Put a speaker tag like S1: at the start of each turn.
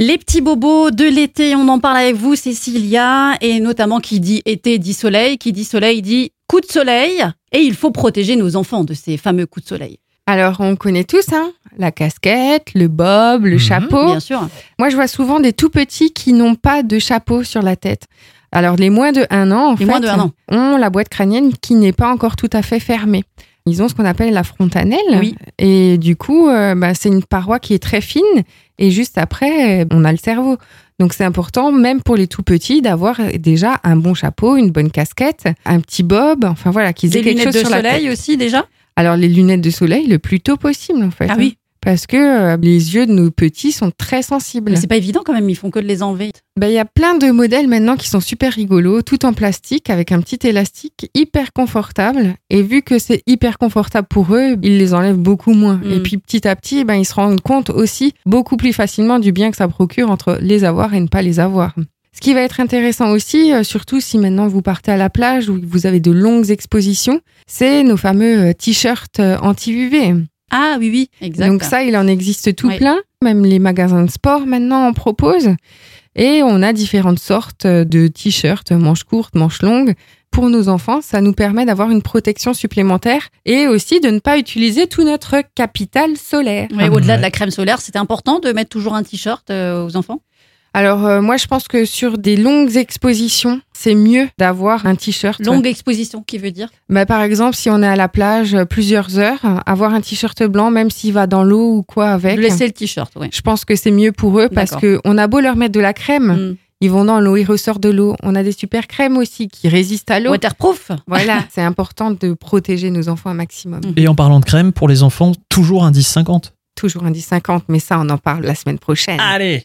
S1: Les petits bobos de l'été, on en parle avec vous, Cécilia, et notamment qui dit été dit soleil, qui dit soleil dit coup de soleil, et il faut protéger nos enfants de ces fameux coups de soleil.
S2: Alors, on connaît tous, hein, la casquette, le bob, le
S3: Mhm.
S2: chapeau.
S1: Bien sûr.
S2: Moi, je vois souvent des tout petits qui n'ont pas de chapeau sur la tête. Alors, les moins de un an, en
S1: Les
S2: fait,
S1: moins de un an.
S2: ont la boîte crânienne qui n'est pas encore tout à fait fermée. Ils ont ce qu'on appelle la frontanelle.
S1: Oui.
S2: Et du coup, euh, bah, c'est une paroi qui est très fine. Et juste après, euh, on a le cerveau. Donc, c'est important, même pour les tout petits, d'avoir déjà un bon chapeau, une bonne casquette, un petit bob. Enfin, voilà, qu'ils
S1: Des
S2: aient quelque
S1: lunettes
S2: chose
S1: de
S2: sur la
S1: soleil
S2: tête.
S1: aussi déjà.
S2: Alors, les lunettes de soleil, le plus tôt possible, en fait.
S1: Ah
S2: hein.
S1: oui,
S2: Parce que euh, les yeux de nos petits sont très sensibles.
S1: mais c'est pas évident quand même, ils font que de les enlever.
S2: Ben, Il y a plein de modèles maintenant qui sont super rigolos, tout en plastique, avec un petit élastique hyper confortable. Et vu que c'est hyper confortable pour eux, ils les enlèvent beaucoup moins.
S1: Mm.
S2: Et puis petit à petit, ben, ils se rendent compte aussi beaucoup plus facilement du bien que ça procure entre les avoir et ne pas les avoir. Ce qui va être intéressant aussi, euh, surtout si maintenant vous partez à la plage ou que vous avez de longues expositions, c'est nos fameux euh, t-shirts euh, anti-UV.
S1: Ah oui, oui, exact.
S2: Donc ça, il en existe tout
S1: Oui.
S2: plein. Même les magasins de sport maintenant en proposent. Et on a différentes sortes de t-shirts, manches courtes, manches longues. Pour nos enfants, ça nous permet d'avoir une protection supplémentaire et aussi de ne pas utiliser tout notre capital solaire.
S1: Mais au-delà de la crème solaire, c'était important de mettre toujours un t-shirt euh, aux enfants.
S2: Alors euh, moi, je pense que sur des longues expositions, c'est mieux d'avoir un t-shirt.
S1: Longue exposition, qui veut dire
S2: Bah, par exemple, si on est à la plage euh, plusieurs heures, euh, avoir un t-shirt blanc, même s'il va dans l'eau ou quoi avec.
S1: de laisser le t-shirt, oui.
S2: Je pense que c'est mieux pour eux parce
S1: D'accord.
S2: que on a beau leur mettre de la crème,
S1: Mm.
S2: ils vont dans l'eau, ils ressortent de l'eau. On a des super crèmes aussi qui résistent à l'eau.
S1: Waterproof.
S2: Voilà, c'est important de protéger nos enfants un maximum.
S1: Mm.
S3: Et en parlant de crème, pour les enfants, toujours indice 50.
S2: Toujours un 10-50, mais ça, on en parle la semaine prochaine.
S3: Allez